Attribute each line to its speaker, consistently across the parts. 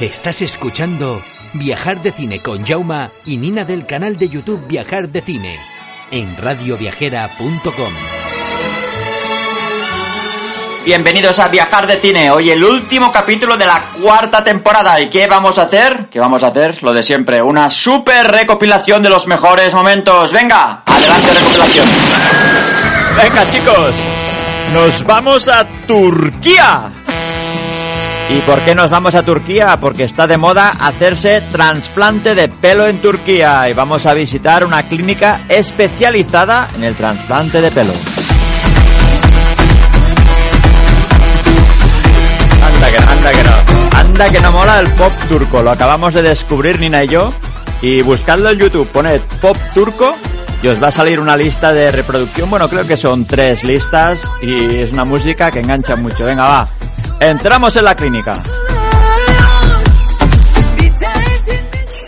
Speaker 1: Estás escuchando Viajar de Cine con Jauma y Nina del canal de YouTube Viajar de Cine en radioviajera.com.
Speaker 2: Bienvenidos a Viajar de Cine, hoy el último capítulo de la cuarta temporada. ¿Y qué vamos a hacer? ¿Qué vamos a hacer? Lo de siempre, una super recopilación de los mejores momentos. Venga, adelante recopilación.
Speaker 3: Venga chicos, nos vamos a Turquía.
Speaker 2: ¿Y por qué nos vamos a Turquía? Porque está de moda hacerse trasplante de pelo en Turquía y vamos a visitar una clínica especializada en el trasplante de pelo. Anda que, anda que no. Anda que no mola el pop turco. Lo acabamos de descubrir Nina y yo. Y buscadlo en YouTube, poned pop turco y os va a salir una lista de reproducción. Bueno, creo que son tres listas y es una música que engancha mucho. Venga, va. Entramos en la clínica.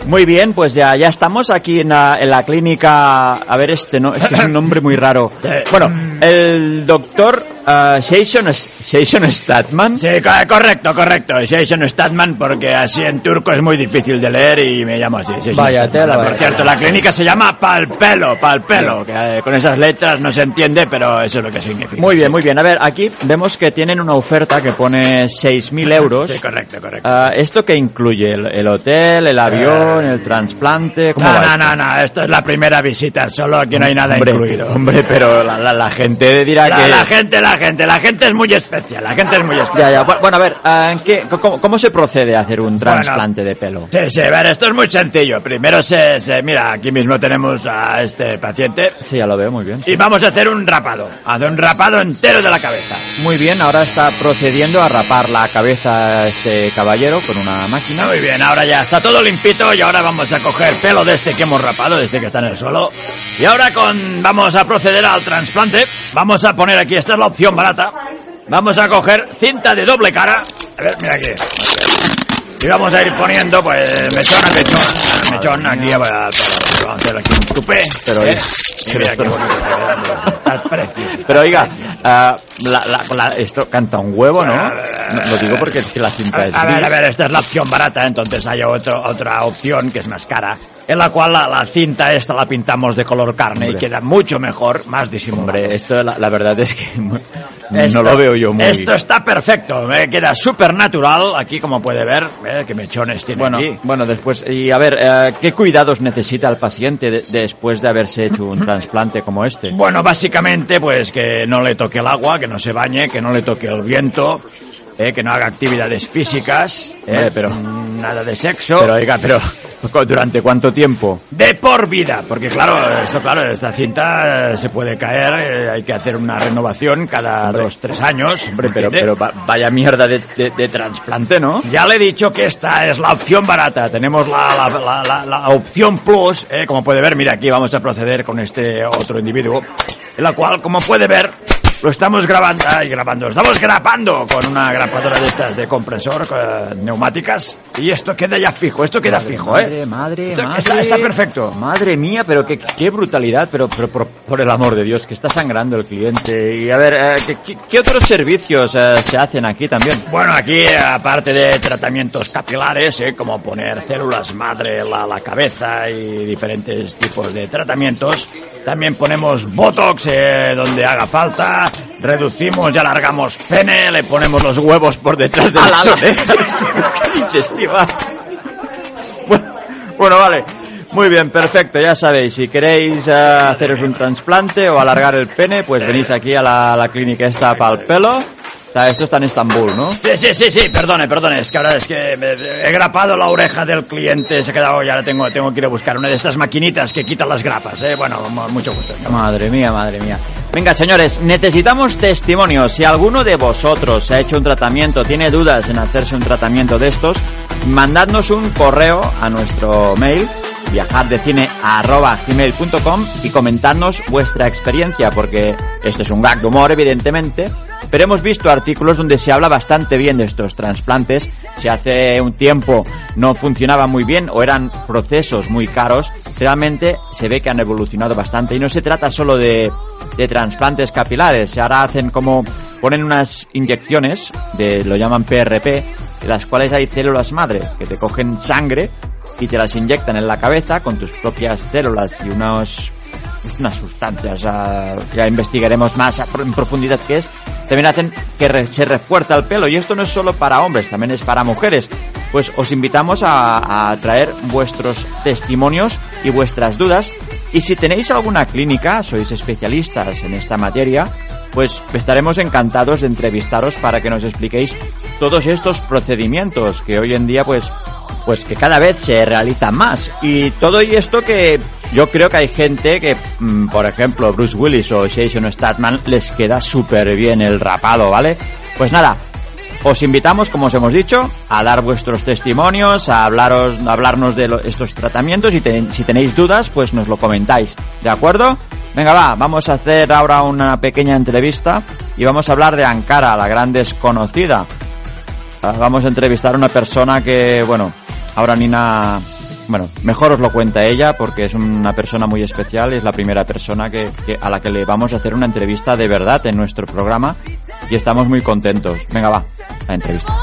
Speaker 2: Muy bien, pues ya, ya estamos aquí en la, en la clínica. A ver, este no, es que es un nombre muy raro. Bueno, el doctor uh, Jason, Jason Statman.
Speaker 3: Sí, co- correcto, correcto. Jason Statman, porque así en turco es muy difícil de leer y me llamo así. Jason
Speaker 2: Vaya
Speaker 3: Statman.
Speaker 2: tela, vaya
Speaker 3: Por cierto, la clínica se llama Palpelo, Palpelo, que eh, con esas letras no se entiende, pero eso es lo que significa.
Speaker 2: Muy bien,
Speaker 3: sí.
Speaker 2: muy bien. A ver, aquí vemos que tienen una oferta que pone 6.000 euros.
Speaker 3: Sí, correcto, correcto.
Speaker 2: Ah, ¿Esto qué incluye? ¿El, el hotel, el avión,
Speaker 3: Eh,
Speaker 2: el trasplante? ¿Cómo
Speaker 3: no,
Speaker 2: va
Speaker 3: no,
Speaker 2: esto?
Speaker 3: no, no, esto es la primera visita, solo aquí no hay nada
Speaker 2: Hombre,
Speaker 3: incluido.
Speaker 2: Hombre, pero la, la- la gente dirá
Speaker 3: La,
Speaker 2: que...
Speaker 3: la gente, la gente, la gente es muy especial, la gente es muy especial.
Speaker 2: Ya, ya. Bu- Bueno, a ver, ah, ¿en qué- cómo, cómo se procede a hacer un trasplante de pelo?
Speaker 3: Sí, sí, a ver, esto es muy sencillo. Primero se, se- mira, aquí mismo tenemos a este paciente
Speaker 2: Sí, ya lo veo, muy bien.
Speaker 3: y vamos a hacer un rapado. Hacer un rapado entero de la cabeza.
Speaker 2: Muy bien, ahora está procediendo a rapar la cabeza este caballero con una máquina.
Speaker 3: Muy bien, ahora ya está todo limpito y ahora vamos a coger pelo de este que hemos rapado, de este que está en el suelo. Y ahora con vamos a proceder al trasplante. Vamos a poner aquí, esta es la opción barata. Vamos a coger cinta de doble cara. A ver, mira aquí. Y vamos a ir poniendo, pues, mechón a mechón. Mechón aquí, a ver, vamos a hacer aquí un tupé.
Speaker 2: Pero,
Speaker 3: ¿eh?
Speaker 2: oye,
Speaker 3: Y mira qué bonito te queda, mira, está precioso.
Speaker 2: Pero oiga, ah, la- la- la- esto canta un huevo, ¿no? No, Lo digo porque es que la cinta es
Speaker 3: A ver, a
Speaker 2: gris.
Speaker 3: ver, esta es la opción barata, entonces hay otro- otra opción que es más cara, en la cual la, la cinta esta la pintamos de color carne y
Speaker 2: Hombre.
Speaker 3: queda mucho mejor, más disimulado.
Speaker 2: Hombre, esto la, la verdad es que mu-
Speaker 3: Esto-
Speaker 2: no lo veo yo muy...
Speaker 3: Esto está perfecto, me queda súper natural, aquí como puede ver, eh, que mechones tiene
Speaker 2: Bueno,
Speaker 3: aquí.
Speaker 2: bueno, después, y a ver, eh, ¿qué cuidados necesita el paciente de- después de haberse hecho un trasplante como este?
Speaker 3: Bueno, básicamente, pues que no le toque el agua, que no se bañe, que no le toque el viento, eh, que no haga actividades físicas, eh,
Speaker 2: Hombre, pero-
Speaker 3: nada de sexo.
Speaker 2: Pero oiga, pero ¿durante cuánto tiempo?
Speaker 3: De por vida, porque claro, esto claro, esta cinta eh, se puede caer, eh, hay que hacer una renovación cada dos, tres años.
Speaker 2: Hombre, pero,
Speaker 3: ¿entiende?
Speaker 2: pero va- vaya mierda de, de- de trasplante, ¿no?
Speaker 3: Ya le he dicho que esta es la opción barata. Tenemos la, la, la- la- la opción plus, eh, como puede ver, mira, aquí vamos a proceder con este otro individuo, en la cual, como puede ver, lo estamos grabando, ay, grabando, estamos grabando con una grapadora de estas de compresor, eh, neumáticas, y esto queda ya fijo, esto queda fijo, ¿eh?
Speaker 2: Madre, madre,
Speaker 3: Esto-
Speaker 2: madre.
Speaker 3: está- está perfecto.
Speaker 2: Madre mía, pero qué, qué brutalidad, pero, pero por, por el amor de Dios, que está sangrando el cliente. Y a ver, eh, ¿qué- qué, qué otros servicios eh, se hacen aquí también?
Speaker 3: Bueno, aquí, aparte de tratamientos capilares, ¿eh? como poner células madre a la, la cabeza y diferentes tipos de tratamientos, también ponemos Botox eh, donde haga falta, reducimos y alargamos pene, le ponemos los huevos por detrás de
Speaker 2: A
Speaker 3: las
Speaker 2: la-
Speaker 3: orejas.
Speaker 2: ¿Qué dices, tío? Va. Bueno, bueno, vale. Muy bien, perfecto, ya sabéis, si queréis eh, haceros un trasplante o alargar el pene, pues venís aquí a la, la clínica esta para el pelo
Speaker 3: O sea, esto está en Estambul, ¿no?
Speaker 4: Sí, sí, sí, sí, perdone, perdone, es que ahora es que me- he grapado la oreja del cliente, se ha quedado y ahora tengo, tengo que ir a buscar una de estas maquinitas que quitan las grapas, eh. Bueno, mo- mucho gusto.
Speaker 3: Madre mía, madre mía. Venga, señores, necesitamos testimonios. Si alguno de vosotros se ha hecho un tratamiento, tiene dudas en hacerse un tratamiento de estos, mandadnos un correo a nuestro mail viajardecine.com y comentadnos vuestra experiencia, porque esto es un gag de humor, evidentemente, pero hemos visto artículos donde se habla bastante bien de estos trasplantes. Si hace un tiempo no funcionaban muy bien o eran procesos muy caros, realmente se ve que han evolucionado bastante. Y no se trata solo de, de trasplantes capilares. Ahora hacen como ponen unas inyecciones, de, lo llaman PRP, en las cuales hay células madre que te cogen sangre y te las inyectan en la cabeza con tus propias células y unos unas sustancias ah, ya investigaremos más a- en profundidad qué es también hacen que re- se refuerza el pelo y esto no es solo para hombres también es para mujeres pues os invitamos a, a traer vuestros testimonios y vuestras dudas y si tenéis alguna clínica sois especialistas en esta materia pues estaremos encantados de entrevistaros para que nos expliquéis todos estos procedimientos que hoy en día pues pues que cada vez se realizan más. Y todo y esto que yo creo que hay gente que, mm, por ejemplo, Bruce Willis o Jason Statham les queda súper bien el rapado, ¿vale? Pues nada, os invitamos, como os hemos dicho, a dar vuestros testimonios, a, hablaros, a hablarnos de lo- estos tratamientos y ten- si tenéis dudas, pues nos lo comentáis, ¿de acuerdo? Venga, va, vamos a hacer ahora una pequeña entrevista y vamos a hablar de Ankara, la gran desconocida. Ah, Vamos a entrevistar a una persona que, bueno, ahora Nina, bueno, mejor os lo cuenta ella porque es una persona muy especial, es la primera persona que, que- a la que le vamos a hacer una entrevista de verdad en nuestro programa y estamos muy contentos. Venga, va, la entrevista.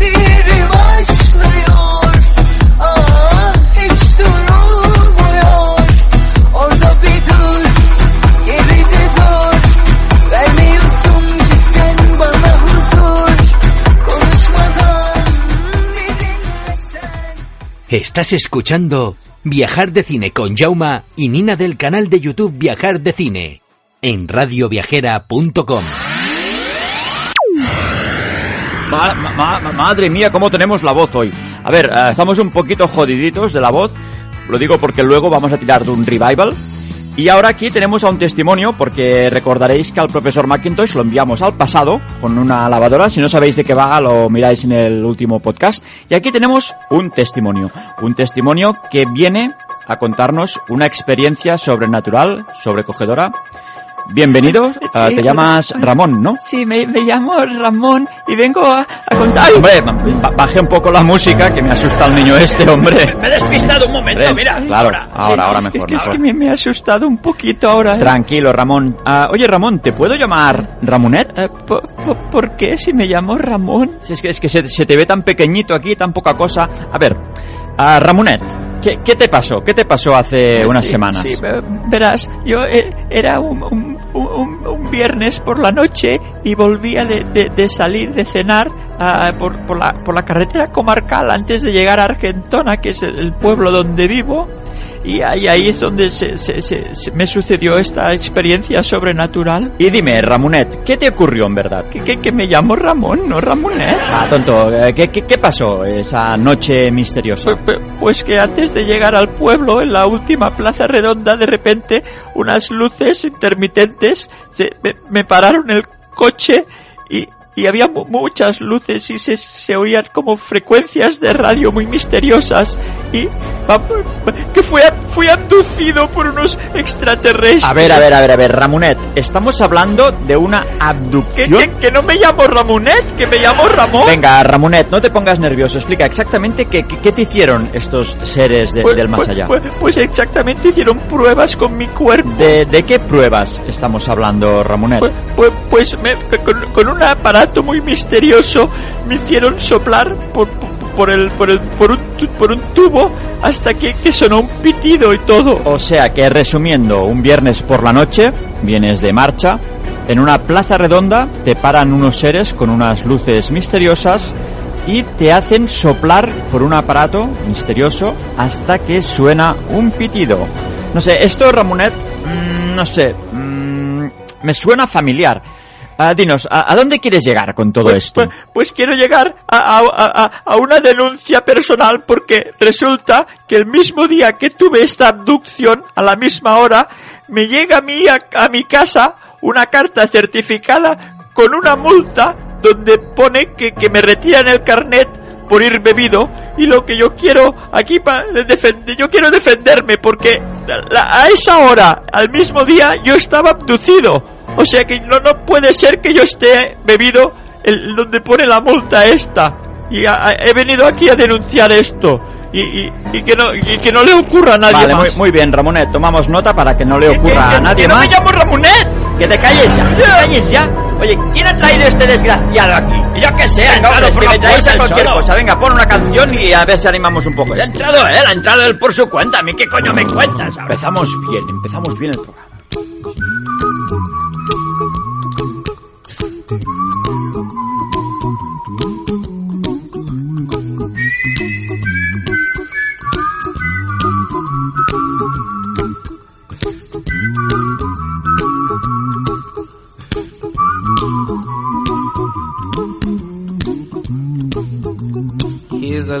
Speaker 5: Biri başlıyor Aa, hiç durulmuyor Orada bir dur Geride dur Vermiyorsun ki sen bana huzur Konuşmadan Birinle sen
Speaker 1: Estás escuchando Viajar de Cine con Jauma y Nina del canal de YouTube Viajar de Cine en radioviajera.com.
Speaker 3: Ma- ma- ma- madre mía, cómo tenemos la voz hoy. A ver, eh, estamos un poquito jodiditos de la voz. Lo digo porque luego vamos a tirar de un revival. Y ahora aquí tenemos a un testimonio, porque recordaréis que al profesor McIntosh lo enviamos al pasado con una lavadora. Si no sabéis de qué va, lo miráis en el último podcast. Y aquí tenemos un testimonio. Un testimonio que viene a contarnos una experiencia sobrenatural, sobrecogedora. Bienvenido. Ah,
Speaker 2: Sí.
Speaker 3: te llamas Ramón, ¿no?
Speaker 2: Sí, me, me llamo Ramón y vengo a, a contar.
Speaker 3: ¡Ay! Hombre, ba- ba- baje un poco la música, que me asusta el niño este, hombre.
Speaker 4: Me he despistado un momento,
Speaker 3: Hombre,
Speaker 4: mira.
Speaker 3: claro,
Speaker 2: Sí,
Speaker 3: ahora,
Speaker 2: no,
Speaker 3: ahora
Speaker 2: es que- Es
Speaker 3: mejor.
Speaker 2: que, es
Speaker 3: mejor.
Speaker 2: que me, me ha asustado un poquito ahora. ¿eh?
Speaker 3: Tranquilo, Ramón. Ah, oye, Ramón, ¿te puedo llamar Ramonet?
Speaker 2: Eh, po- po- ¿Por qué si me llamo Ramón?
Speaker 3: Si es que, es que se, se te ve tan pequeñito aquí, tan poca cosa. A ver, ah, Ramonet, ¿qué, qué te pasó? ¿Qué te pasó hace unas
Speaker 2: Sí,
Speaker 3: semanas?
Speaker 2: sí, eh, verás, yo eh, era un, un- un- un viernes por la noche y volvía de, de- de salir de cenar ah, por, por la, por la carretera comarcal antes de llegar a Argentona, que es el, el pueblo donde vivo. Y ahí, ahí es donde se- se- se- se me sucedió esta experiencia sobrenatural.
Speaker 3: Y dime, Ramonet, ¿qué te ocurrió en verdad?
Speaker 2: Que, que- que me llamo Ramón, no Ramonet.
Speaker 3: Ah, tonto, eh, ¿qué, qué, qué pasó esa noche
Speaker 2: Pues,
Speaker 3: misteriosa?
Speaker 2: pues- pues que antes de llegar al pueblo, en la última plaza redonda, de repente unas luces intermitentes se- me, me pararon el coche y, y había mu- muchas luces y se, se oían como frecuencias de radio muy misteriosas y va- que fui, a- fui abducido por unos extraterrestres.
Speaker 3: A ver, a ver, a ver, a ver, Ramonet, estamos hablando de una
Speaker 2: Que,
Speaker 3: abducción.
Speaker 2: que- que no me llamo Ramonet, que me llamo Ramón.
Speaker 3: Venga, Ramonet, no te pongas nervioso. Explica exactamente qué, qué- qué te hicieron estos seres de-
Speaker 2: Pues-
Speaker 3: del más
Speaker 2: pues-
Speaker 3: allá.
Speaker 2: Pues, pues exactamente hicieron pruebas con mi cuerpo.
Speaker 3: ¿De, de qué pruebas estamos hablando, Ramonet?
Speaker 2: Pues, pues- pues me- con, con un aparato muy misterioso me hicieron soplar por, por, el, por, el, por, un, tu- por un tubo hasta que, que sonó un pitido y todo.
Speaker 3: O sea que, resumiendo, un viernes por la noche, vienes de marcha, en una plaza redonda te paran unos seres con unas luces misteriosas y te hacen soplar por un aparato misterioso hasta que suena un pitido. No sé, esto, Ramonet, mm, no sé, mm, me suena familiar.
Speaker 2: Ah, dinos, ¿a, a dónde quieres llegar con todo
Speaker 6: pues,
Speaker 2: esto?
Speaker 6: pues- pues quiero llegar a, a- a- a- a una denuncia personal porque resulta que el mismo día que tuve esta abducción, a la misma hora, me llega a mí a, a mi casa una carta certificada con una multa donde pone que, que me retiran el carnet por ir bebido y lo que yo quiero aquí para defender yo quiero defenderme porque la- la- a esa hora al mismo día yo estaba abducido o sea que no no puede ser que yo esté bebido el, donde pone la multa esta y a- a- he venido aquí a denunciar esto y, y- y que no y que no le ocurra a nadie
Speaker 2: vale, muy,
Speaker 6: más
Speaker 2: muy bien, Ramonet, tomamos nota para que no le
Speaker 6: Que- que-
Speaker 2: ocurra
Speaker 6: que-
Speaker 2: a nadie
Speaker 6: que no
Speaker 2: más.
Speaker 6: me llamo Ramonet
Speaker 2: ¡Que te calles ya! ¡Que te calles ya! Oye, ¿quién ha traído este desgraciado aquí?
Speaker 3: Yo que sé, ha
Speaker 2: Venga,
Speaker 3: entrado
Speaker 2: hombre,
Speaker 3: por
Speaker 2: que
Speaker 3: la
Speaker 2: me traéis
Speaker 3: puerta
Speaker 2: a
Speaker 3: él
Speaker 2: cualquier
Speaker 3: solo.
Speaker 6: pues,
Speaker 2: cosa. Venga, pon una canción y a ver si animamos un poco. ¿eh?
Speaker 3: Ha entrado él, ha entrado él por su cuenta. A mí qué coño me cuentas. Ahora
Speaker 2: Empezamos bien, empezamos bien el programa.
Speaker 7: Here's a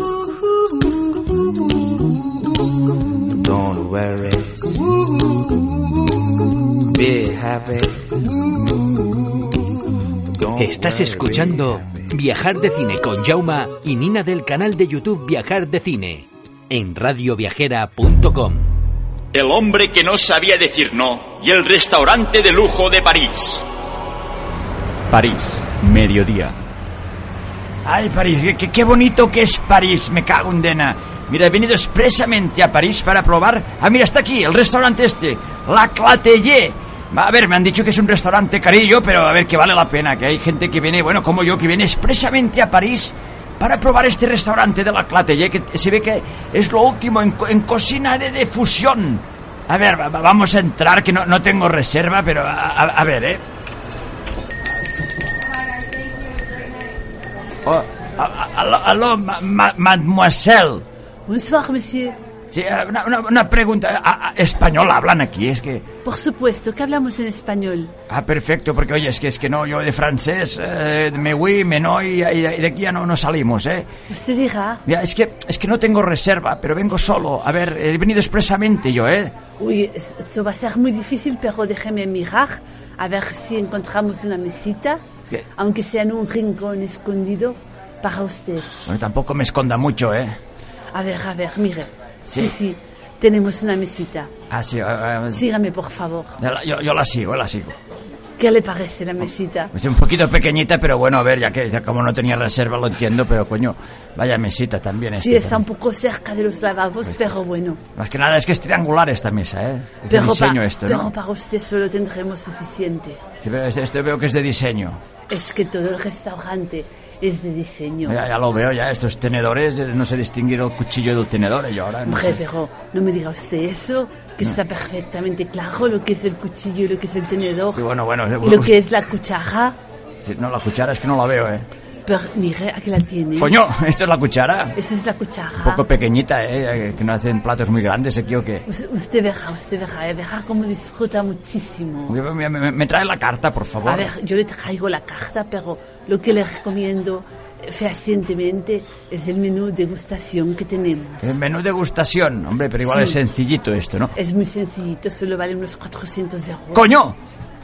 Speaker 7: Don't worry. Be happy. Don't
Speaker 1: Estás
Speaker 7: worry, be
Speaker 1: escuchando
Speaker 7: happy.
Speaker 1: Viajar de Cine con Jauma y Nina del canal de YouTube Viajar de Cine en radioviajera.com.
Speaker 8: El hombre que no sabía decir no y el restaurante de lujo de París.
Speaker 2: París, mediodía.
Speaker 3: Ay, París, qué- qué, qué bonito que es París, me cago en Dena. Mira, he venido expresamente a París para probar. Ah, mira, está aquí, el restaurante este, La Clatelle. A ver, me han dicho que es un restaurante carillo, pero a ver, que vale la pena, que hay gente que viene, bueno, como yo, que viene expresamente a París para probar este restaurante de La Clatelle, que se ve que es lo último en, co- en cocina de, de fusión. A ver, va- va- vamos a entrar, que no, no tengo reserva, pero a, a- a ver, ¿eh? Oh, a- a- aló, aló, ma- ma- mademoiselle.
Speaker 9: Bonsoir, monsieur.
Speaker 3: Sí, eh, una, una- una pregunta. A- a- español hablan aquí, es que.
Speaker 9: Por supuesto que hablamos en español.
Speaker 3: Ah, perfecto, porque oye, es que es que no, yo de francés, eh, me voy, me no, y, y de aquí ya no, no salimos, ¿eh?
Speaker 9: Usted dirá.
Speaker 3: Mira, es que, es que no tengo reserva, pero vengo solo. A ver, he venido expresamente yo, ¿eh?
Speaker 9: Uy, es- eso va a ser muy difícil, pero déjeme mirar a ver si encontramos una mesita,
Speaker 3: ¿Qué?
Speaker 9: aunque sea en un rincón escondido, para usted.
Speaker 3: Bueno, tampoco me esconda mucho, ¿eh?
Speaker 9: A ver, a ver, mire.
Speaker 3: Sí.
Speaker 9: Sí, sí, tenemos una mesita.
Speaker 3: Ah, sí, eh, eh,
Speaker 9: Sígame, por favor.
Speaker 3: Yo, yo la sigo, la sigo.
Speaker 9: ¿Qué le parece la mesita?
Speaker 3: Es un poquito pequeñita, pero bueno, a ver, ya que ya como no tenía reserva lo entiendo, pero coño, vaya mesita también. este
Speaker 9: Sí,
Speaker 3: esta
Speaker 9: está un poco cerca de los lavabos, pero bueno.
Speaker 3: Más que nada es que es triangular esta mesa, ¿eh? Es de
Speaker 9: Pero, pa-
Speaker 3: diseño esto,
Speaker 9: pero
Speaker 3: ¿no?
Speaker 9: para usted solo tendremos suficiente.
Speaker 3: Sí, pero este- Esto veo que es de diseño.
Speaker 9: Es que todo el restaurante es de diseño.
Speaker 3: Ya, ya lo veo, ya estos tenedores, eh, no sé distinguir el cuchillo del tenedor eh, yo ahora. No
Speaker 9: Hombre,
Speaker 3: sé.
Speaker 9: pero no me diga usted eso, que está perfectamente claro lo que es el cuchillo y lo que es el tenedor.
Speaker 3: Sí, bueno, bueno, eh,
Speaker 9: y lo
Speaker 3: us-
Speaker 9: que es la cuchara.
Speaker 3: si no, la cuchara es que no la veo, ¿eh?
Speaker 9: Pero mire, ¿a qué la tiene?
Speaker 3: Coño, esta es la cuchara.
Speaker 9: Esa es la cuchara.
Speaker 3: Un poco pequeñita, ¿eh? Eh, Que no hacen platos muy grandes ¿eh, aquí o qué.
Speaker 9: Us- usted verá, usted verá, eh, verá cómo disfruta muchísimo.
Speaker 3: Me, me- me- me trae la carta, por favor.
Speaker 9: A ver, yo le traigo la carta, pero lo que le recomiendo eh, fehacientemente es el menú degustación que tenemos.
Speaker 3: El Eh, menú degustación, hombre, pero igual
Speaker 9: Sí.
Speaker 3: es sencillito esto, ¿no?
Speaker 9: Es muy sencillito, solo vale unos 400 euros.
Speaker 3: ¡Coño!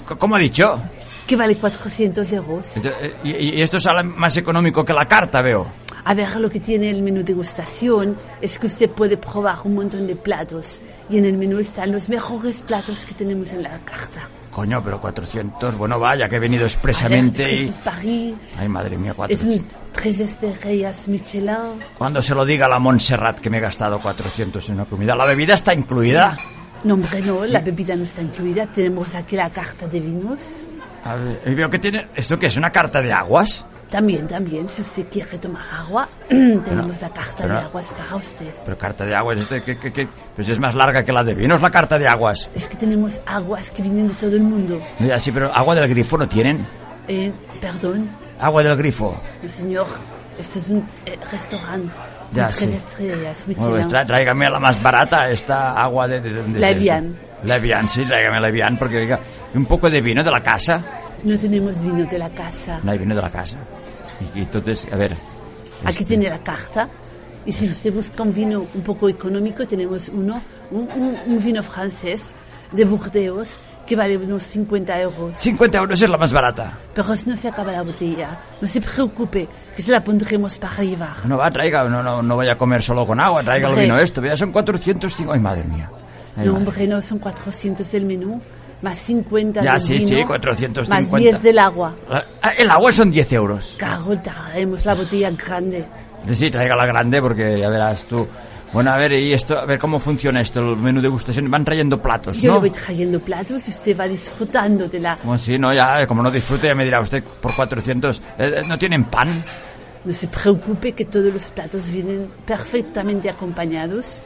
Speaker 3: C- ¿Cómo ha dicho?
Speaker 9: ¿Qué vale 400 euros?
Speaker 3: Esto- eh, Y y esto sale más económico que la carta, veo.
Speaker 9: A ver, lo que tiene el menú degustación es que usted puede probar un montón de platos y en el menú están los mejores platos que tenemos en la carta.
Speaker 3: Coño, pero 400, bueno, vaya, que he venido
Speaker 9: A ver,
Speaker 3: expresamente
Speaker 9: es que
Speaker 3: y...
Speaker 9: esto es París.
Speaker 3: Ay, madre mía,
Speaker 9: Es un
Speaker 3: 400.
Speaker 9: tres estrellas Michelin.
Speaker 3: Cuando se lo diga a la Montserrat que me he gastado 400 en una comida, ¿la bebida está incluida?
Speaker 9: No, hombre, no, la bebida no está incluida. Tenemos aquí la carta de vinos.
Speaker 3: A ver, y veo que tiene... ¿Esto qué es? ¿Una carta de aguas?
Speaker 9: También, también, si usted quiere tomar agua, tenemos la carta
Speaker 3: pero
Speaker 9: de
Speaker 3: no.
Speaker 9: aguas para usted.
Speaker 3: Pero carta de aguas, este, ¿qué, qué, qué? Pues es más larga que la de vinos la carta de aguas.
Speaker 9: Es que tenemos aguas que vienen de todo el mundo.
Speaker 3: Ya, sí, pero agua del grifo no tienen.
Speaker 9: Eh, perdón,
Speaker 3: Agua del grifo.
Speaker 9: no, señor, esto es un eh, restaurante.
Speaker 3: Ya,
Speaker 9: de tres
Speaker 3: sí.
Speaker 9: estrellas,
Speaker 3: Bueno, pues
Speaker 9: Michelin.
Speaker 3: trá- tráigame la más barata, esta agua de... de, de- de-
Speaker 9: Levian.
Speaker 3: Levian, sí, tráigame Levian, porque oiga, un poco de vino de la casa.
Speaker 9: No tenemos vino de la casa.
Speaker 3: No hay vino de la casa. Y, y entonces, a ver,
Speaker 9: Aquí tiene la carta. Y si usted busca un vino un poco económico, tenemos uno, un, un- un vino francés de Burdeos que vale unos 50 euros.
Speaker 3: 50 euros es la más barata.
Speaker 9: Pero no se acaba la botella. No se preocupe, que se la pondremos para llevar.
Speaker 3: No va, traiga, no, no, no voy a comer solo con agua, traiga el
Speaker 9: Sí.
Speaker 3: vino esto. Ya son 405... Ay, madre mía. Ay,
Speaker 9: No,
Speaker 3: madre.
Speaker 9: hombre, no, son 400 del menú, más 50
Speaker 3: Ya,
Speaker 9: del
Speaker 3: sí,
Speaker 9: vino,
Speaker 3: sí, 450.
Speaker 9: más 10 del agua.
Speaker 3: Ah, El agua son 10 euros.
Speaker 9: Carol, traemos la botella grande.
Speaker 3: Sí, traiga la grande porque ya verás tú. Bueno, a ver, y esto, a ver cómo funciona esto, el menú de gustación. Van trayendo platos,
Speaker 9: Yo le
Speaker 3: Pues ¿no?
Speaker 9: voy trayendo platos y usted va disfrutando de la...
Speaker 3: Bueno, sí, no, ya, como no disfrute, ya me dirá usted por 400. eh, ¿No tienen pan?
Speaker 9: No se preocupe que todos los platos vienen perfectamente acompañados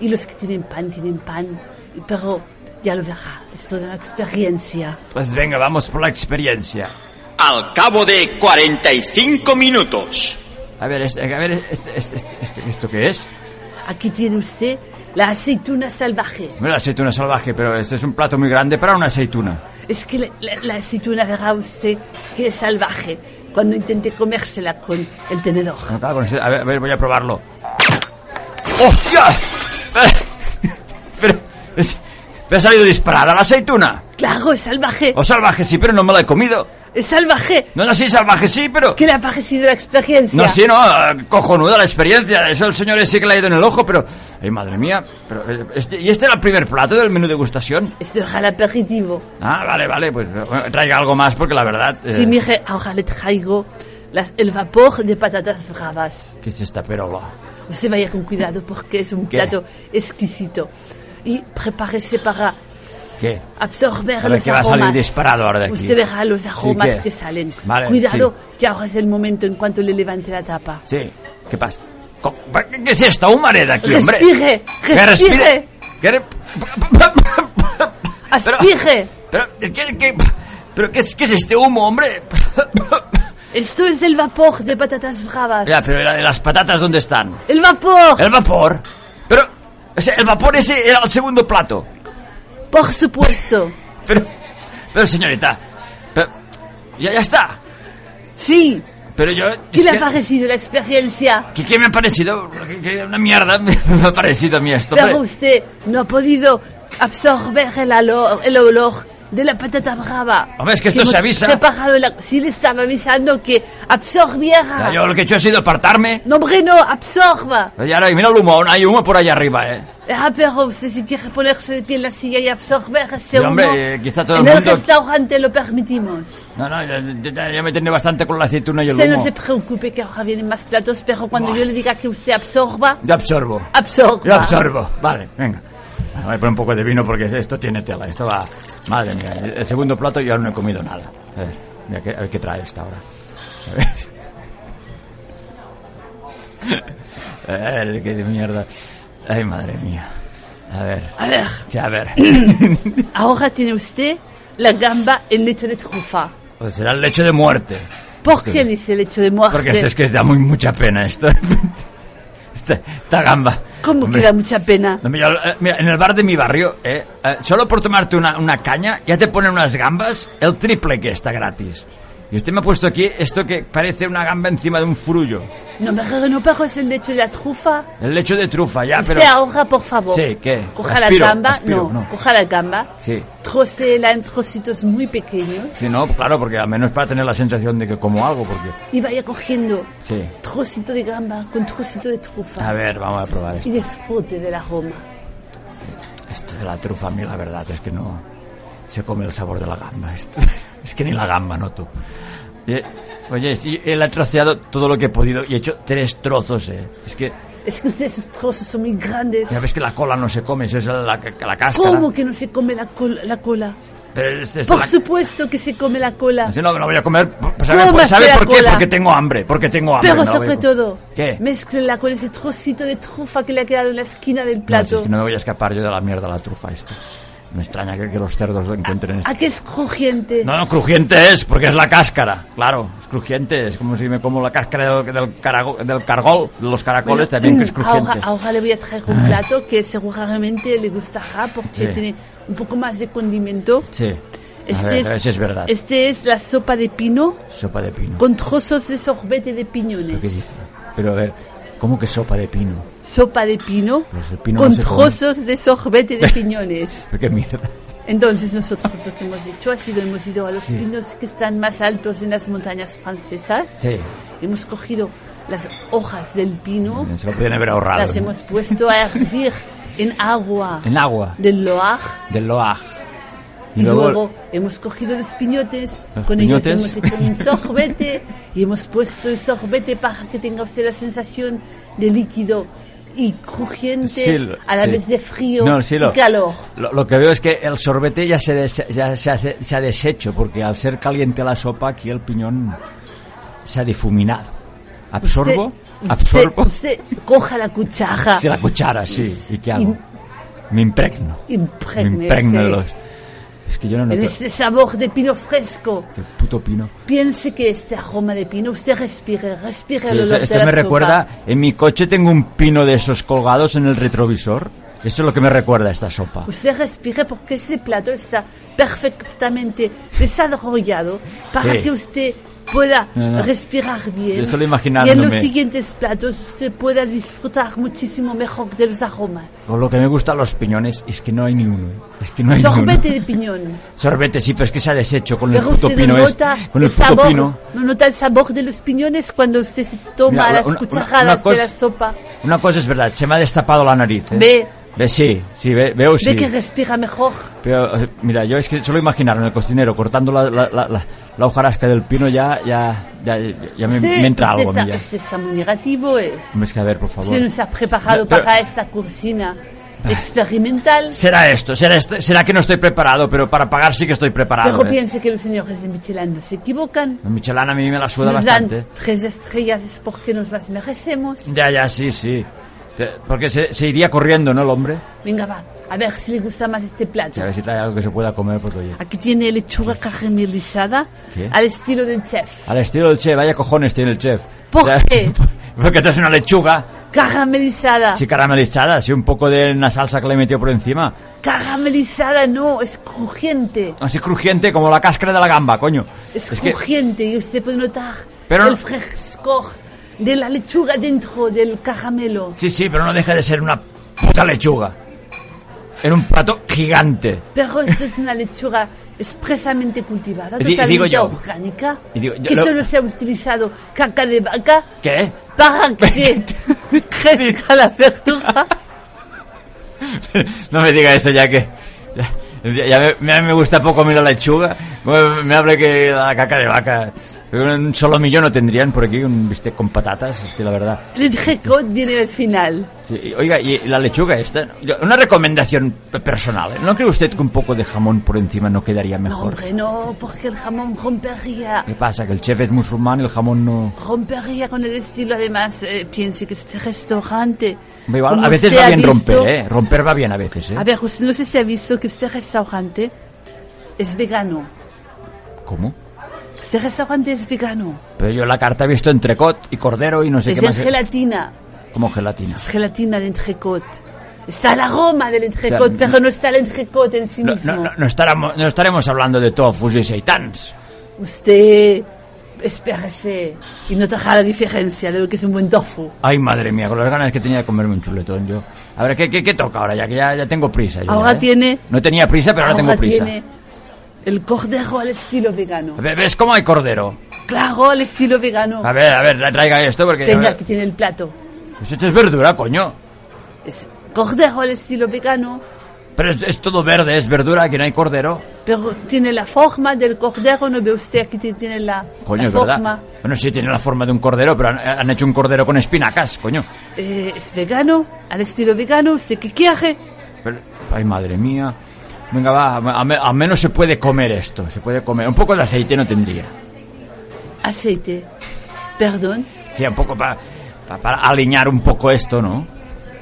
Speaker 9: y los que tienen pan tienen pan, pero ya lo verá, es toda una experiencia.
Speaker 3: Pues venga, vamos por la experiencia.
Speaker 8: Al cabo de 45 minutos,
Speaker 3: A ver, este, a ver, este, este- este- este- ¿esto qué es?
Speaker 9: Aquí tiene usted la aceituna salvaje.
Speaker 3: Bueno, aceituna salvaje, pero este es un plato muy grande para una aceituna.
Speaker 9: Es que la, la- la aceituna verá usted que es salvaje cuando intente comérsela con el tenedor.
Speaker 3: Bueno, claro, con este- a, ver, a ver, voy a probarlo. ¡Hostia! Pero, es- me ha salido disparada la aceituna.
Speaker 9: Claro, es salvaje,
Speaker 3: O salvaje sí, pero no me la he comido.
Speaker 9: es salvaje.
Speaker 3: No, no, sí, salvaje sí, pero...
Speaker 9: ¿Qué le ha parecido la experiencia?
Speaker 3: No, sí, no, cojonuda la experiencia. Eso el señor ese que le ha ido en el ojo, pero... Ay, madre mía. Pero, eh, este- ¿Y este era el primer plato del menú degustación?
Speaker 9: Esto es el aperitivo.
Speaker 3: Ah, vale, vale, pues bueno, traiga algo más porque la verdad... eh,
Speaker 9: Sí, mire, ahora le traigo las- el vapor de patatas bravas.
Speaker 3: ¿Qué es esta perola?
Speaker 9: Usted vaya con cuidado porque es un
Speaker 3: ¿Qué?
Speaker 9: plato exquisito. Y prepárese para
Speaker 3: ¿Qué?
Speaker 9: absorber
Speaker 3: A ver,
Speaker 9: los
Speaker 3: que va a
Speaker 9: aromas.
Speaker 3: salir disparado ahora de aquí.
Speaker 9: Usted verá los
Speaker 3: Sí,
Speaker 9: aromas
Speaker 3: ¿qué?
Speaker 9: que salen.
Speaker 3: Vale,
Speaker 9: cuidado,
Speaker 3: sí.
Speaker 9: que ahora es el momento en cuanto le levante la tapa.
Speaker 3: Sí, ¿qué pasa? Co- ¿Qué qué es esta humareda aquí, hombre?
Speaker 9: Respire,
Speaker 3: ¿Qué respire?
Speaker 9: respire.
Speaker 3: ¿Qué re-
Speaker 9: Aspire.
Speaker 3: Pero, pero, ¿qué, qué- pero qué es, qué es este humo, hombre?
Speaker 9: Esto es del vapor de patatas bravas.
Speaker 3: Ya, pero la- las patatas, ¿dónde están?
Speaker 9: El vapor,
Speaker 3: El vapor. Pero, o sea, el vapor ese era el segundo plato.
Speaker 9: por supuesto.
Speaker 3: Pero, pero señorita, pero- ya, ya está.
Speaker 9: Sí.
Speaker 3: Pero yo...
Speaker 9: ¿Qué
Speaker 3: es
Speaker 9: le
Speaker 3: que-
Speaker 9: ha parecido la experiencia?
Speaker 3: ¿Qué, qué me ha parecido? ¿Qué- qué una mierda me ha parecido a mí esto.
Speaker 9: Pero
Speaker 3: hombre.
Speaker 9: usted no ha podido absorber el, alo- el olor de la patata brava.
Speaker 3: Hombre, es que esto
Speaker 9: hemos
Speaker 3: se avisa.
Speaker 9: preparado la- sí le estaba avisando que absorbiera.
Speaker 3: Ya, yo lo que he hecho ha sido apartarme.
Speaker 9: No, hombre, no, absorba.
Speaker 3: Y ahora, y mira el humo, aún hay humo por allá arriba, ¿eh?
Speaker 9: Ah, pero usted si quiere ponerse de pie en la silla y absorber ese
Speaker 3: Sí, hombre,
Speaker 9: humo,
Speaker 3: eh, aquí está todo el
Speaker 9: en
Speaker 3: mundo.
Speaker 9: el restaurante lo permitimos.
Speaker 3: No, no, ya, ya- ya- ya me he tenido bastante con la aceituna y el
Speaker 9: Usted
Speaker 3: humo.
Speaker 9: no se preocupe que ahora vienen más platos, pero cuando
Speaker 3: Buah.
Speaker 9: yo le diga que usted absorba,
Speaker 3: Yo absorbo.
Speaker 9: absorba.
Speaker 3: Yo absorbo. Vale, venga. Bueno, Voy a poner un poco de vino porque esto tiene tela. Esto va... Madre mía, el segundo plato yo aún no he comido nada. A ver, mira, qué- a ver qué trae esta hora. A ver. A ver, qué de mierda. Ay, madre mía. A ver.
Speaker 9: A ver,
Speaker 3: Sí, a ver.
Speaker 9: ahora tiene usted la gamba en lecho de trufa.
Speaker 3: Pues será el lecho de muerte.
Speaker 9: ¿Por qué dice lecho de muerte?
Speaker 3: Porque esto es que da muy mucha pena esto. Esta, esta gamba.
Speaker 9: ¿Cómo
Speaker 3: Hombre.
Speaker 9: que da mucha pena?
Speaker 3: No, mira, eh, mira, en el bar de mi barrio, eh, eh, solo por tomarte una, una caña, ya te ponen unas gambas, el triple que está gratis. Y usted me ha puesto aquí esto que parece una gamba encima de un frullo.
Speaker 9: No me haga no pero es el lecho de la trufa.
Speaker 3: El lecho de trufa, ya,
Speaker 9: usted
Speaker 3: Ah, pero...
Speaker 9: ahora, por favor.
Speaker 3: Sí, ¿qué?
Speaker 9: Coja
Speaker 3: Aspiro,
Speaker 9: la gamba.
Speaker 3: aspiro,
Speaker 9: no,
Speaker 3: no.
Speaker 9: coja la gamba.
Speaker 3: Sí.
Speaker 9: Trocéela en trocitos muy pequeños.
Speaker 3: Sí, no, claro, porque al menos para tener la sensación de que como algo, porque...
Speaker 9: Y vaya cogiendo
Speaker 3: Sí.
Speaker 9: trocito de gamba con trocito de trufa.
Speaker 3: A ver, vamos a probar esto.
Speaker 9: Y disfrute de la goma.
Speaker 3: Esto de la trufa, a mí la verdad es que no se come el sabor de la gamba. Esto. Es que ni la gamba, no tú. Eh, Oye, sí, él ha troceado todo lo que he podido y he hecho tres trozos, eh. Es que
Speaker 9: Es que ustedes sus trozos son muy grandes.
Speaker 3: ya ves que la cola no se come, eso es la, la, la cáscara.
Speaker 9: ¿Cómo que no se come la, col- la cola?
Speaker 3: Pero es- es
Speaker 9: Por
Speaker 3: la-
Speaker 9: supuesto que se come la cola.
Speaker 3: Yo no me lo voy a comer. ¿Sabe,
Speaker 9: Cómase
Speaker 3: pues, ¿sabe
Speaker 9: la
Speaker 3: por qué?
Speaker 9: cola.
Speaker 3: Porque tengo hambre. Porque tengo hambre.
Speaker 9: Pero
Speaker 3: me la voy a
Speaker 9: sobre
Speaker 3: comer.
Speaker 9: todo,
Speaker 3: ¿Qué?
Speaker 9: mezclela con ese trocito de trufa que le ha quedado en la esquina del
Speaker 3: No, si
Speaker 9: plato.
Speaker 3: es que no me voy a escapar yo de la mierda de la trufa esta. Me extraña que, que los cerdos encuentren este esto.
Speaker 9: ¿A qué es crujiente?
Speaker 3: No, no, crujiente es, porque es la cáscara. Claro, es crujiente. Es como si me como la cáscara del, del, carago- del cargol, de los caracoles también, que es crujiente.
Speaker 9: ahora, ahora Mm, le voy a traer un plato que seguramente le gustará porque
Speaker 3: Sí.
Speaker 9: tiene un poco más de condimento.
Speaker 3: Sí. A ver, a ver si es verdad.
Speaker 9: Este es la sopa de pino
Speaker 3: Sopa de pino.
Speaker 9: con trozos de sorbete de
Speaker 3: ¿Pero qué
Speaker 9: piñones.
Speaker 3: dice? Pero a ver, ¿cómo que sopa de pino?
Speaker 9: Sopa de pino,
Speaker 3: Pues el pino
Speaker 9: con
Speaker 3: no se come.
Speaker 9: trozos de sorbete de piñones.
Speaker 3: ¿Pero ¿Qué mierda?
Speaker 9: Entonces nosotros lo que hemos hecho ha sido, hemos ido a los
Speaker 3: Sí.
Speaker 9: pinos que están más altos en las montañas francesas.
Speaker 3: Sí.
Speaker 9: Hemos cogido las hojas del pino,
Speaker 3: Se lo pueden haber ahorrado.
Speaker 9: las
Speaker 3: ¿no?
Speaker 9: hemos puesto a hervir en agua
Speaker 3: En agua,
Speaker 9: del loar
Speaker 3: del loaj.
Speaker 9: y luego hemos cogido los piñotes,
Speaker 3: Los
Speaker 9: con
Speaker 3: piñotes.
Speaker 9: ellos hemos hecho un sorbete y hemos puesto el sorbete para que tenga usted la sensación de líquido y crujiente
Speaker 3: Sí, lo-
Speaker 9: a la
Speaker 3: sí.
Speaker 9: vez de frío
Speaker 3: No, sí, lo-
Speaker 9: y calor.
Speaker 3: Lo, lo que veo es que el sorbete ya se, des- ya se, hace- se ha deshecho, porque al ser caliente la sopa, aquí el piñón se ha difuminado. Absorbo,
Speaker 9: Usted-
Speaker 3: absorbo,
Speaker 9: Usted, usted coja la cuchara.
Speaker 3: sí, la cuchara, sí. ¿Y qué hago?
Speaker 9: Im-
Speaker 3: Me impregno. Me
Speaker 9: Imprégnese
Speaker 3: impregno de los... Es que yo no
Speaker 9: en
Speaker 3: noto
Speaker 9: este sabor de pino fresco.
Speaker 3: el puto pino.
Speaker 9: Piense que este aroma de pino, usted respire, respire
Speaker 3: Sí,
Speaker 9: el
Speaker 3: esto
Speaker 9: olor de
Speaker 3: esto
Speaker 9: la
Speaker 3: me
Speaker 9: sopa.
Speaker 3: recuerda, en mi coche tengo un pino de esos colgados en el retrovisor. Eso es lo que me recuerda a esta sopa.
Speaker 9: Usted respire porque este plato está perfectamente desarrollado para
Speaker 3: Sí.
Speaker 9: que usted pueda
Speaker 3: No, no.
Speaker 9: respirar bien.
Speaker 3: Sí, solo
Speaker 9: y en los
Speaker 3: imaginándome.
Speaker 9: siguientes platos usted pueda disfrutar muchísimo mejor de los aromas.
Speaker 3: Con lo que me gustan los piñones es que no hay ni uno. Es que no hay
Speaker 9: Sorbete
Speaker 3: ni uno.
Speaker 9: de piñón.
Speaker 3: Sorbete, sí, pero es que se ha deshecho con
Speaker 9: Pero
Speaker 3: el puto
Speaker 9: usted
Speaker 3: pino
Speaker 9: no
Speaker 3: este.
Speaker 9: nota,
Speaker 3: Con el
Speaker 9: el
Speaker 3: puto
Speaker 9: sabor,
Speaker 3: pino.
Speaker 9: no nota el sabor de los piñones cuando usted se toma
Speaker 3: Mira,
Speaker 9: las
Speaker 3: una- una-
Speaker 9: cucharadas
Speaker 3: una cosa-
Speaker 9: de la sopa.
Speaker 3: Una cosa es verdad, se me ha destapado la nariz. ¿eh?
Speaker 9: Ve.
Speaker 3: Ve, sí, sí, ve- veo sí.
Speaker 9: Ve que respira mejor.
Speaker 3: Pero, eh, mira, yo es que solo imaginaron el cocinero cortando la, la, la- la- la hojarasca del pino ya, ya, ya, ya me,
Speaker 9: Usted-
Speaker 3: me entra
Speaker 9: usted
Speaker 3: algo. a mí
Speaker 9: Está,
Speaker 3: ya.
Speaker 9: usted está muy negativo. Eh.
Speaker 3: Hombre, Es que a ver, por favor.
Speaker 9: Usted no se ha preparado
Speaker 3: No, pero-
Speaker 9: para esta cocina experimental.
Speaker 3: Será esto, será esto, será que no estoy preparado, pero para pagar sí que estoy preparado.
Speaker 9: Pero
Speaker 3: ¿eh?
Speaker 9: piense que los señores de Michelin no se equivocan.
Speaker 3: La Michelana a mí me la
Speaker 9: Si
Speaker 3: suda
Speaker 9: nos
Speaker 3: bastante.
Speaker 9: dan tres estrellas es porque nos las merecemos.
Speaker 3: Ya, ya, sí, sí. Te- Porque se, se iría corriendo, ¿no, el hombre?
Speaker 9: Venga, va, a ver si le gusta más este plato.
Speaker 3: Sí, a ver si hay algo que se pueda comer, porque oye.
Speaker 9: Aquí tiene lechuga caramelizada
Speaker 3: ¿Qué?
Speaker 9: al estilo del chef.
Speaker 3: Al estilo del chef, vaya cojones tiene el chef.
Speaker 9: ¿Por qué? Ah.
Speaker 3: Porque traes una lechuga,
Speaker 9: Caramelizada.
Speaker 3: sí, caramelizada, sí, un poco de una salsa que le he metido por encima.
Speaker 9: Caramelizada no, es crujiente.
Speaker 3: Así crujiente como la cáscara de la gamba, coño.
Speaker 9: Es,
Speaker 3: que
Speaker 9: crujiente y usted puede notar
Speaker 3: Pero-
Speaker 9: el frescor de la lechuga dentro del caramelo.
Speaker 3: Sí, sí, pero no deja de ser una puta lechuga. En un plato gigante.
Speaker 9: Pero esto es una lechuga expresamente cultivada,
Speaker 3: Di- digo
Speaker 9: totalmente
Speaker 3: yo.
Speaker 9: orgánica,
Speaker 3: Y digo yo,
Speaker 9: que
Speaker 3: lo-
Speaker 9: solo se ha utilizado caca de vaca
Speaker 3: ¿Qué?
Speaker 9: para que crezca la verdura.
Speaker 3: No me diga eso ya que... Ya, ya me, ya me gusta poco a mí la lechuga. Me, me hable que la caca de vaca. Pero un solo millón no tendrían por aquí, un bistec con patatas, es que la verdad.
Speaker 9: El entrecot viene al final.
Speaker 3: Sí, y- oiga, y la lechuga esta... yo- Una recomendación pe- personal. ¿eh? ¿No cree usted que un poco de jamón por encima no quedaría
Speaker 9: No,
Speaker 3: mejor?
Speaker 9: hombre, no, porque el jamón rompería.
Speaker 3: ¿Qué pasa? Que el chef es musulmán, el jamón no...
Speaker 9: Rompería con el estilo, además, eh, piense que este restaurante...
Speaker 3: Hombre, igual,
Speaker 9: como
Speaker 3: a veces
Speaker 9: usted
Speaker 3: va
Speaker 9: ha
Speaker 3: bien
Speaker 9: visto-
Speaker 3: romper, ¿eh? Romper va bien a veces, ¿eh?
Speaker 9: A ver, usted no sé si ha visto que este restaurante es vegano.
Speaker 3: ¿Cómo?
Speaker 9: Este restaurante es vegano.
Speaker 3: Pero yo en la carta he visto entrecot y cordero y no sé
Speaker 9: es
Speaker 3: qué
Speaker 9: en
Speaker 3: más. ¿eh?
Speaker 9: gelatina.
Speaker 3: Como gelatina.
Speaker 9: Es gelatina de entrecot. Está la goma del entrecot,
Speaker 3: Ya,
Speaker 9: pero no está el entrecot en sí
Speaker 3: No,
Speaker 9: mismo.
Speaker 3: no- no- no estaremos, no estaremos hablando de tofus y seitans.
Speaker 9: Usted espérese y notará la diferencia de lo que es un buen tofu.
Speaker 3: Ay, madre mía, con las ganas que tenía de comerme un chuletón yo. A ver, ¿qué, qué, qué toca ahora? Ya que ya, ya tengo prisa. yo,
Speaker 9: Ahora
Speaker 3: ¿eh?
Speaker 9: tiene-
Speaker 3: No tenía prisa, pero ahora, tengo prisa.
Speaker 9: tiene el cordero al estilo vegano.
Speaker 3: A ver, ¿Ves cómo hay cordero?
Speaker 9: Claro, al estilo vegano.
Speaker 3: A ver, a ver, traiga esto porque... a
Speaker 9: Tenga,
Speaker 3: ver,
Speaker 9: aquí tiene el plato.
Speaker 3: pues esto es verdura, coño.
Speaker 9: Es cordero al estilo vegano,
Speaker 3: Pero es, es todo verde, es verdura, aquí no hay cordero.
Speaker 9: pero tiene la forma del cordero, ¿no ve usted? Aquí tiene la,
Speaker 3: Coño,
Speaker 9: la
Speaker 3: es verdad.
Speaker 9: forma.
Speaker 3: Bueno, sí, tiene la forma de un cordero, pero han, han hecho un cordero con espinacas, coño.
Speaker 9: Eh, es vegano, al estilo vegano, ¿usted qué quiere?
Speaker 3: Pero- ay, madre mía. Venga, va, a- al me- al menos se puede comer esto, se puede comer. Un poco de aceite no tendría.
Speaker 9: Aceite. Perdón.
Speaker 3: Sí, un poco para, para aliñar un poco esto, ¿no?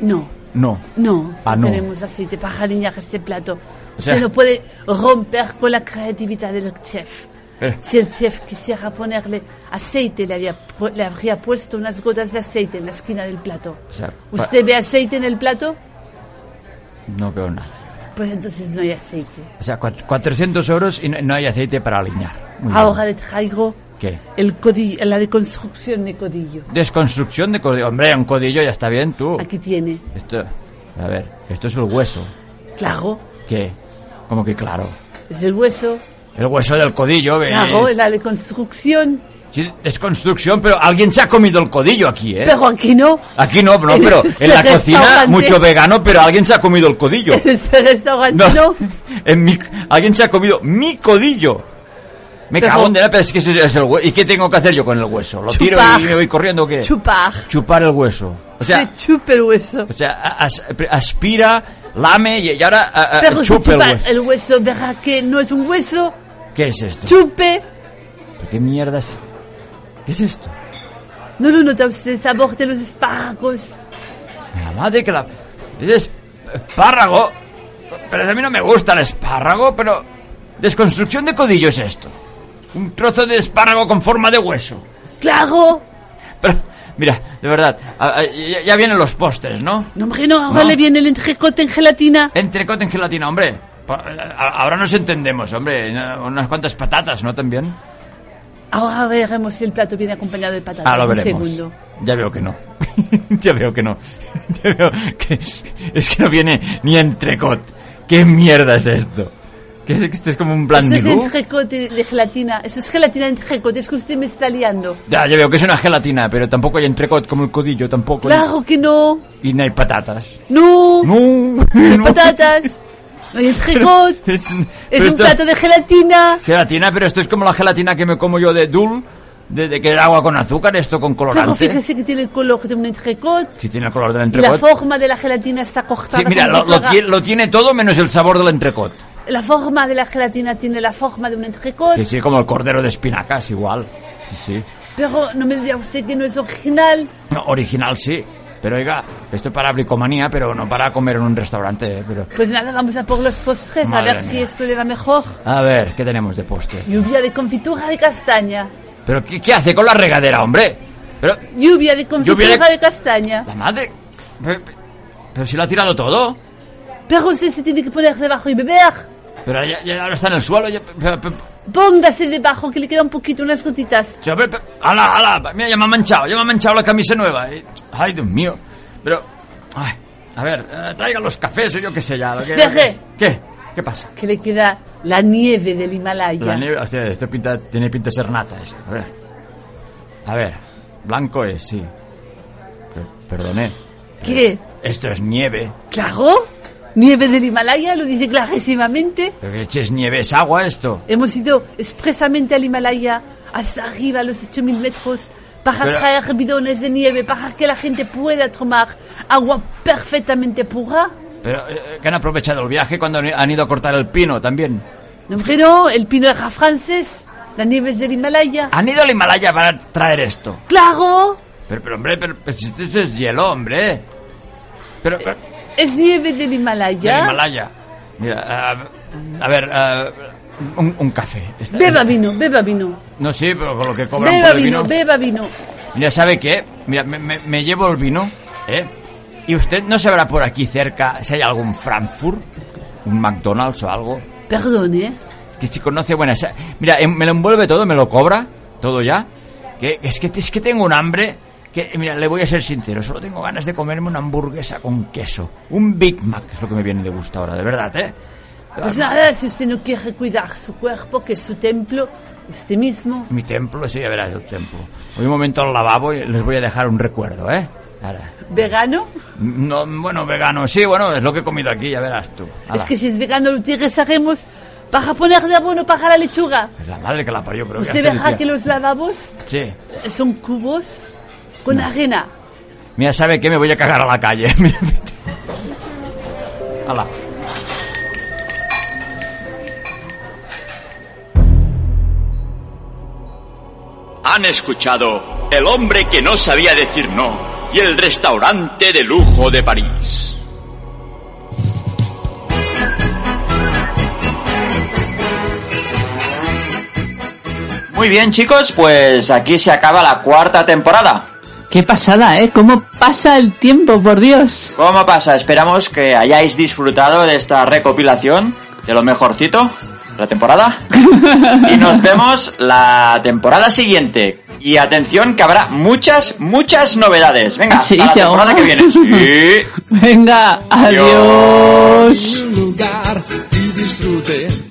Speaker 9: No.
Speaker 3: No.
Speaker 9: No,
Speaker 3: Ah, no.
Speaker 9: tenemos aceite para alinear este plato.
Speaker 3: O sea-
Speaker 9: Se lo puede romper con la creatividad del chef.
Speaker 3: Eh.
Speaker 9: Si el chef quisiera ponerle aceite, le, había pu- le habría puesto unas gotas de aceite en la esquina del plato.
Speaker 3: O sea, pa-
Speaker 9: ¿Usted ve aceite en el plato?
Speaker 3: no veo nada.
Speaker 9: Pues entonces no hay aceite.
Speaker 3: O sea, cuat- 400 euros y no, no hay aceite para aliñar. Muy bien.
Speaker 9: Ahora le traigo
Speaker 3: ¿Qué?
Speaker 9: el codillo, la deconstrucción de codillo.
Speaker 3: Desconstrucción de codillo. Hombre, un codillo ya está bien, tú.
Speaker 9: Aquí tiene,
Speaker 3: Esto, a ver, esto es el hueso.
Speaker 9: claro,
Speaker 3: ¿Qué? Como que claro.
Speaker 9: es el hueso,
Speaker 3: El hueso del codillo, ¿ve?
Speaker 9: claro, es la deconstrucción,
Speaker 3: Sí, desconstrucción, pero alguien se ha comido el codillo aquí, ¿eh?
Speaker 9: pero aquí no.
Speaker 3: Aquí no, no, pero en la
Speaker 9: Este
Speaker 3: cocina
Speaker 9: restaurante-
Speaker 3: mucho vegano, pero alguien se ha comido el codillo.
Speaker 9: En este restaurante no.
Speaker 3: En mi, alguien se ha comido mi codillo. Me
Speaker 9: Pero-
Speaker 3: cago en de la, pero es que ese es el hueso. ¿Y qué tengo que hacer yo con el hueso? ¿Lo tiro
Speaker 9: Chupar.
Speaker 3: y me voy corriendo o qué?
Speaker 9: Chupar.
Speaker 3: Chupar el hueso. O sea,
Speaker 9: se chupa el hueso.
Speaker 3: o sea a- as- aspira, lame y, y ahora a- a-
Speaker 9: Pero si
Speaker 3: chupa el
Speaker 9: chupa
Speaker 3: hueso.
Speaker 9: el hueso, verá que no es un hueso.
Speaker 3: ¿Qué es esto?
Speaker 9: Chupe.
Speaker 3: ¿Pero ¿Qué mierda es? ¿Qué es esto?
Speaker 9: ¿No lo nota usted el sabor de los espárragos?
Speaker 3: La madre que la... Es espárrago. Pero a mí no me gusta el espárrago, pero... Desconstrucción de codillo es esto. Un trozo de espárrago con forma de hueso.
Speaker 9: ¡Claro!
Speaker 3: Pero, mira, de verdad, a- a- ya, ya vienen los postres, ¿no?
Speaker 9: No, hombre, no, ahora
Speaker 3: No.
Speaker 9: le viene el entrecote en gelatina.
Speaker 3: Entrecot en gelatina, hombre. Pa- a- Ahora nos entendemos, hombre. No, Unas cuantas patatas, ¿no? También.
Speaker 9: Ahora veremos si el plato viene acompañado de patatas.
Speaker 3: Ah, lo
Speaker 9: Un
Speaker 3: veremos.
Speaker 9: segundo.
Speaker 3: Ya veo que no. ya veo que no. Ya veo que... Es que no viene ni entrecot. ¿Qué mierda es esto? ¿Qué es esto? ¿Es como un plan
Speaker 9: Eso es
Speaker 3: migú?
Speaker 9: entrecote de gelatina. Eso es gelatina de entrecote. Es que usted me está liando.
Speaker 3: Ya, ya veo que es una gelatina, pero tampoco hay entrecot como el codillo, tampoco. hay-
Speaker 9: ¡Claro que no!
Speaker 3: Y no hay patatas.
Speaker 9: ¡No!
Speaker 3: ¡No!
Speaker 9: No hay
Speaker 3: no.
Speaker 9: patatas! ¡No hay entrecot!
Speaker 3: Es,
Speaker 9: ¡Es
Speaker 3: pero
Speaker 9: un
Speaker 3: esto-
Speaker 9: plato de gelatina!
Speaker 3: Gelatina, pero esto es como la gelatina que me como yo de Dul, de, de que era agua con azúcar, esto con
Speaker 9: Pero
Speaker 3: colorante.
Speaker 9: fíjese que tiene el color de un entrecot.
Speaker 3: Si tiene el color del
Speaker 9: Y la
Speaker 3: entrecot.
Speaker 9: forma de la gelatina está cortada.
Speaker 3: Sí, mira,
Speaker 9: como
Speaker 3: lo,
Speaker 9: si
Speaker 3: lo
Speaker 9: fuera-
Speaker 3: tiene, lo tiene todo menos el sabor del entrecot.
Speaker 9: La forma de la gelatina tiene la forma de un entrecot,
Speaker 3: Sí, sí, como el cordero de espinacas, igual. Sí, sí.
Speaker 9: pero no me diga usted que no es original.
Speaker 3: No, original sí. Pero oiga, esto es para bricomanía, pero no para comer en un restaurante. eh, Pero...
Speaker 9: Pues nada, vamos a por los postres
Speaker 3: Madre
Speaker 9: a ver si
Speaker 3: mía.
Speaker 9: esto le va mejor.
Speaker 3: A ver, ¿qué tenemos de postre?
Speaker 9: Lluvia de confitura de castaña.
Speaker 3: ¿Pero qué, qué hace con la regadera, hombre? Pero,
Speaker 9: Lluvia de confitura
Speaker 3: Lluvia de-
Speaker 9: de... castaña.
Speaker 3: la madre... Pero, pero si lo ha tirado todo.
Speaker 9: Pero usted se tiene que poner debajo y beber.
Speaker 3: Pero ya, ya ahora está en el suelo. Ya, pero- pero-
Speaker 9: Póngase debacho que le queda un poquito, unas gotitas.
Speaker 3: Sí, hombre, pero- ala, ala, mira, ya me ha manchado, ya me ha manchado la camisa nueva. eh. Ay, Dios mío. Pero, ay, a ver, eh, traigan los cafés o yo qué sé ya. lo que-
Speaker 9: Espere.
Speaker 3: ¿Qué? ¿Qué pasa?
Speaker 9: Que le queda la nieve del
Speaker 3: La
Speaker 9: Himalaya.
Speaker 3: nieve, hostia, esto pinta, tiene pinta de ser nata esto. A ver. A ver, blanco es, sí. Per- Perdone.
Speaker 9: ¿Qué?
Speaker 3: Esto es nieve.
Speaker 9: ¿Claro? Nieve del Himalaya, lo dice clarísimamente.
Speaker 3: Pero que eches nieve es agua esto.
Speaker 9: Hemos ido expresamente al Himalaya, hasta arriba, a los 8.000 metros, para
Speaker 3: Pero-
Speaker 9: traer bidones de nieve, para que la gente pueda tomar agua perfectamente pura.
Speaker 3: Pero eh, que han aprovechado el viaje cuando han i- han ido a cortar el pino también.
Speaker 9: No, hombre, no, el pino era francés, las nieves del Himalaya.
Speaker 3: Han ido al Himalaya para traer esto.
Speaker 9: ¡Claro!
Speaker 3: Pero, pero hombre, pero, pero si esto es hielo, hombre. Pero, pero
Speaker 9: Es nieve del Himalaya.
Speaker 3: del Himalaya. Mira, ah, a ver, ah, un, un café. Está-
Speaker 9: Beba vino, beba vino.
Speaker 3: No sé, pero con lo que cobran
Speaker 9: Beba
Speaker 3: por el
Speaker 9: vino,
Speaker 3: vino.
Speaker 9: beba vino.
Speaker 3: Mira, ¿sabe qué? Mira, me, me- me llevo el vino, ¿eh? Y usted no sabrá por aquí cerca si hay algún Frankfurt, un McDonald's o algo.
Speaker 9: Perdón, ¿eh?
Speaker 3: Que si conoce buenas... Mira, em- me lo envuelve todo, me lo cobra, todo ya. Que, es, que, es que tengo un hambre que, mira, le voy a ser sincero, solo tengo ganas de comerme una hamburguesa con queso. Un Big Mac, es lo que me viene de gusto ahora, de verdad, ¿eh?
Speaker 9: Pues nada, si usted no quiere cuidar su cuerpo, que es su templo, usted mismo.
Speaker 3: Mi templo, sí, ya verás el templo. Voy un momento al lavabo y les voy a dejar un recuerdo, ¿eh? Ahora.
Speaker 9: ¿Vegano?
Speaker 3: No, bueno, vegano, sí, bueno, es lo que he comido aquí, ya verás tú. Ala.
Speaker 9: Es que si es vegano lo utilizaremos para poner de abono para la lechuga.
Speaker 3: Es la madre que la parió, pero...
Speaker 9: Usted
Speaker 3: ¿qué hace
Speaker 9: verá
Speaker 3: el
Speaker 9: que
Speaker 3: tío?
Speaker 9: los lavabos
Speaker 3: Sí.
Speaker 9: son cubos con arena.
Speaker 3: Mira, ¿sabe qué? Me voy a cagar a la calle. Mira, vete. Ala.
Speaker 8: Han escuchado El hombre que no sabía decir no y el restaurante de lujo de París.
Speaker 2: Muy bien, chicos, pues aquí se acaba la cuarta temporada.
Speaker 10: Qué pasada, ¿eh? ¿Cómo pasa el tiempo, por Dios?
Speaker 2: ¿Cómo pasa? Esperamos que hayáis disfrutado de esta recopilación de lo mejorcito de la temporada. Y nos vemos la temporada siguiente. Y atención que habrá muchas, muchas novedades. Venga,
Speaker 10: Ah, Sí,
Speaker 2: hasta la
Speaker 10: sí,
Speaker 2: temporada
Speaker 10: aún.
Speaker 2: que viene. Sí.
Speaker 10: Venga, adiós.
Speaker 7: lugar y disfrute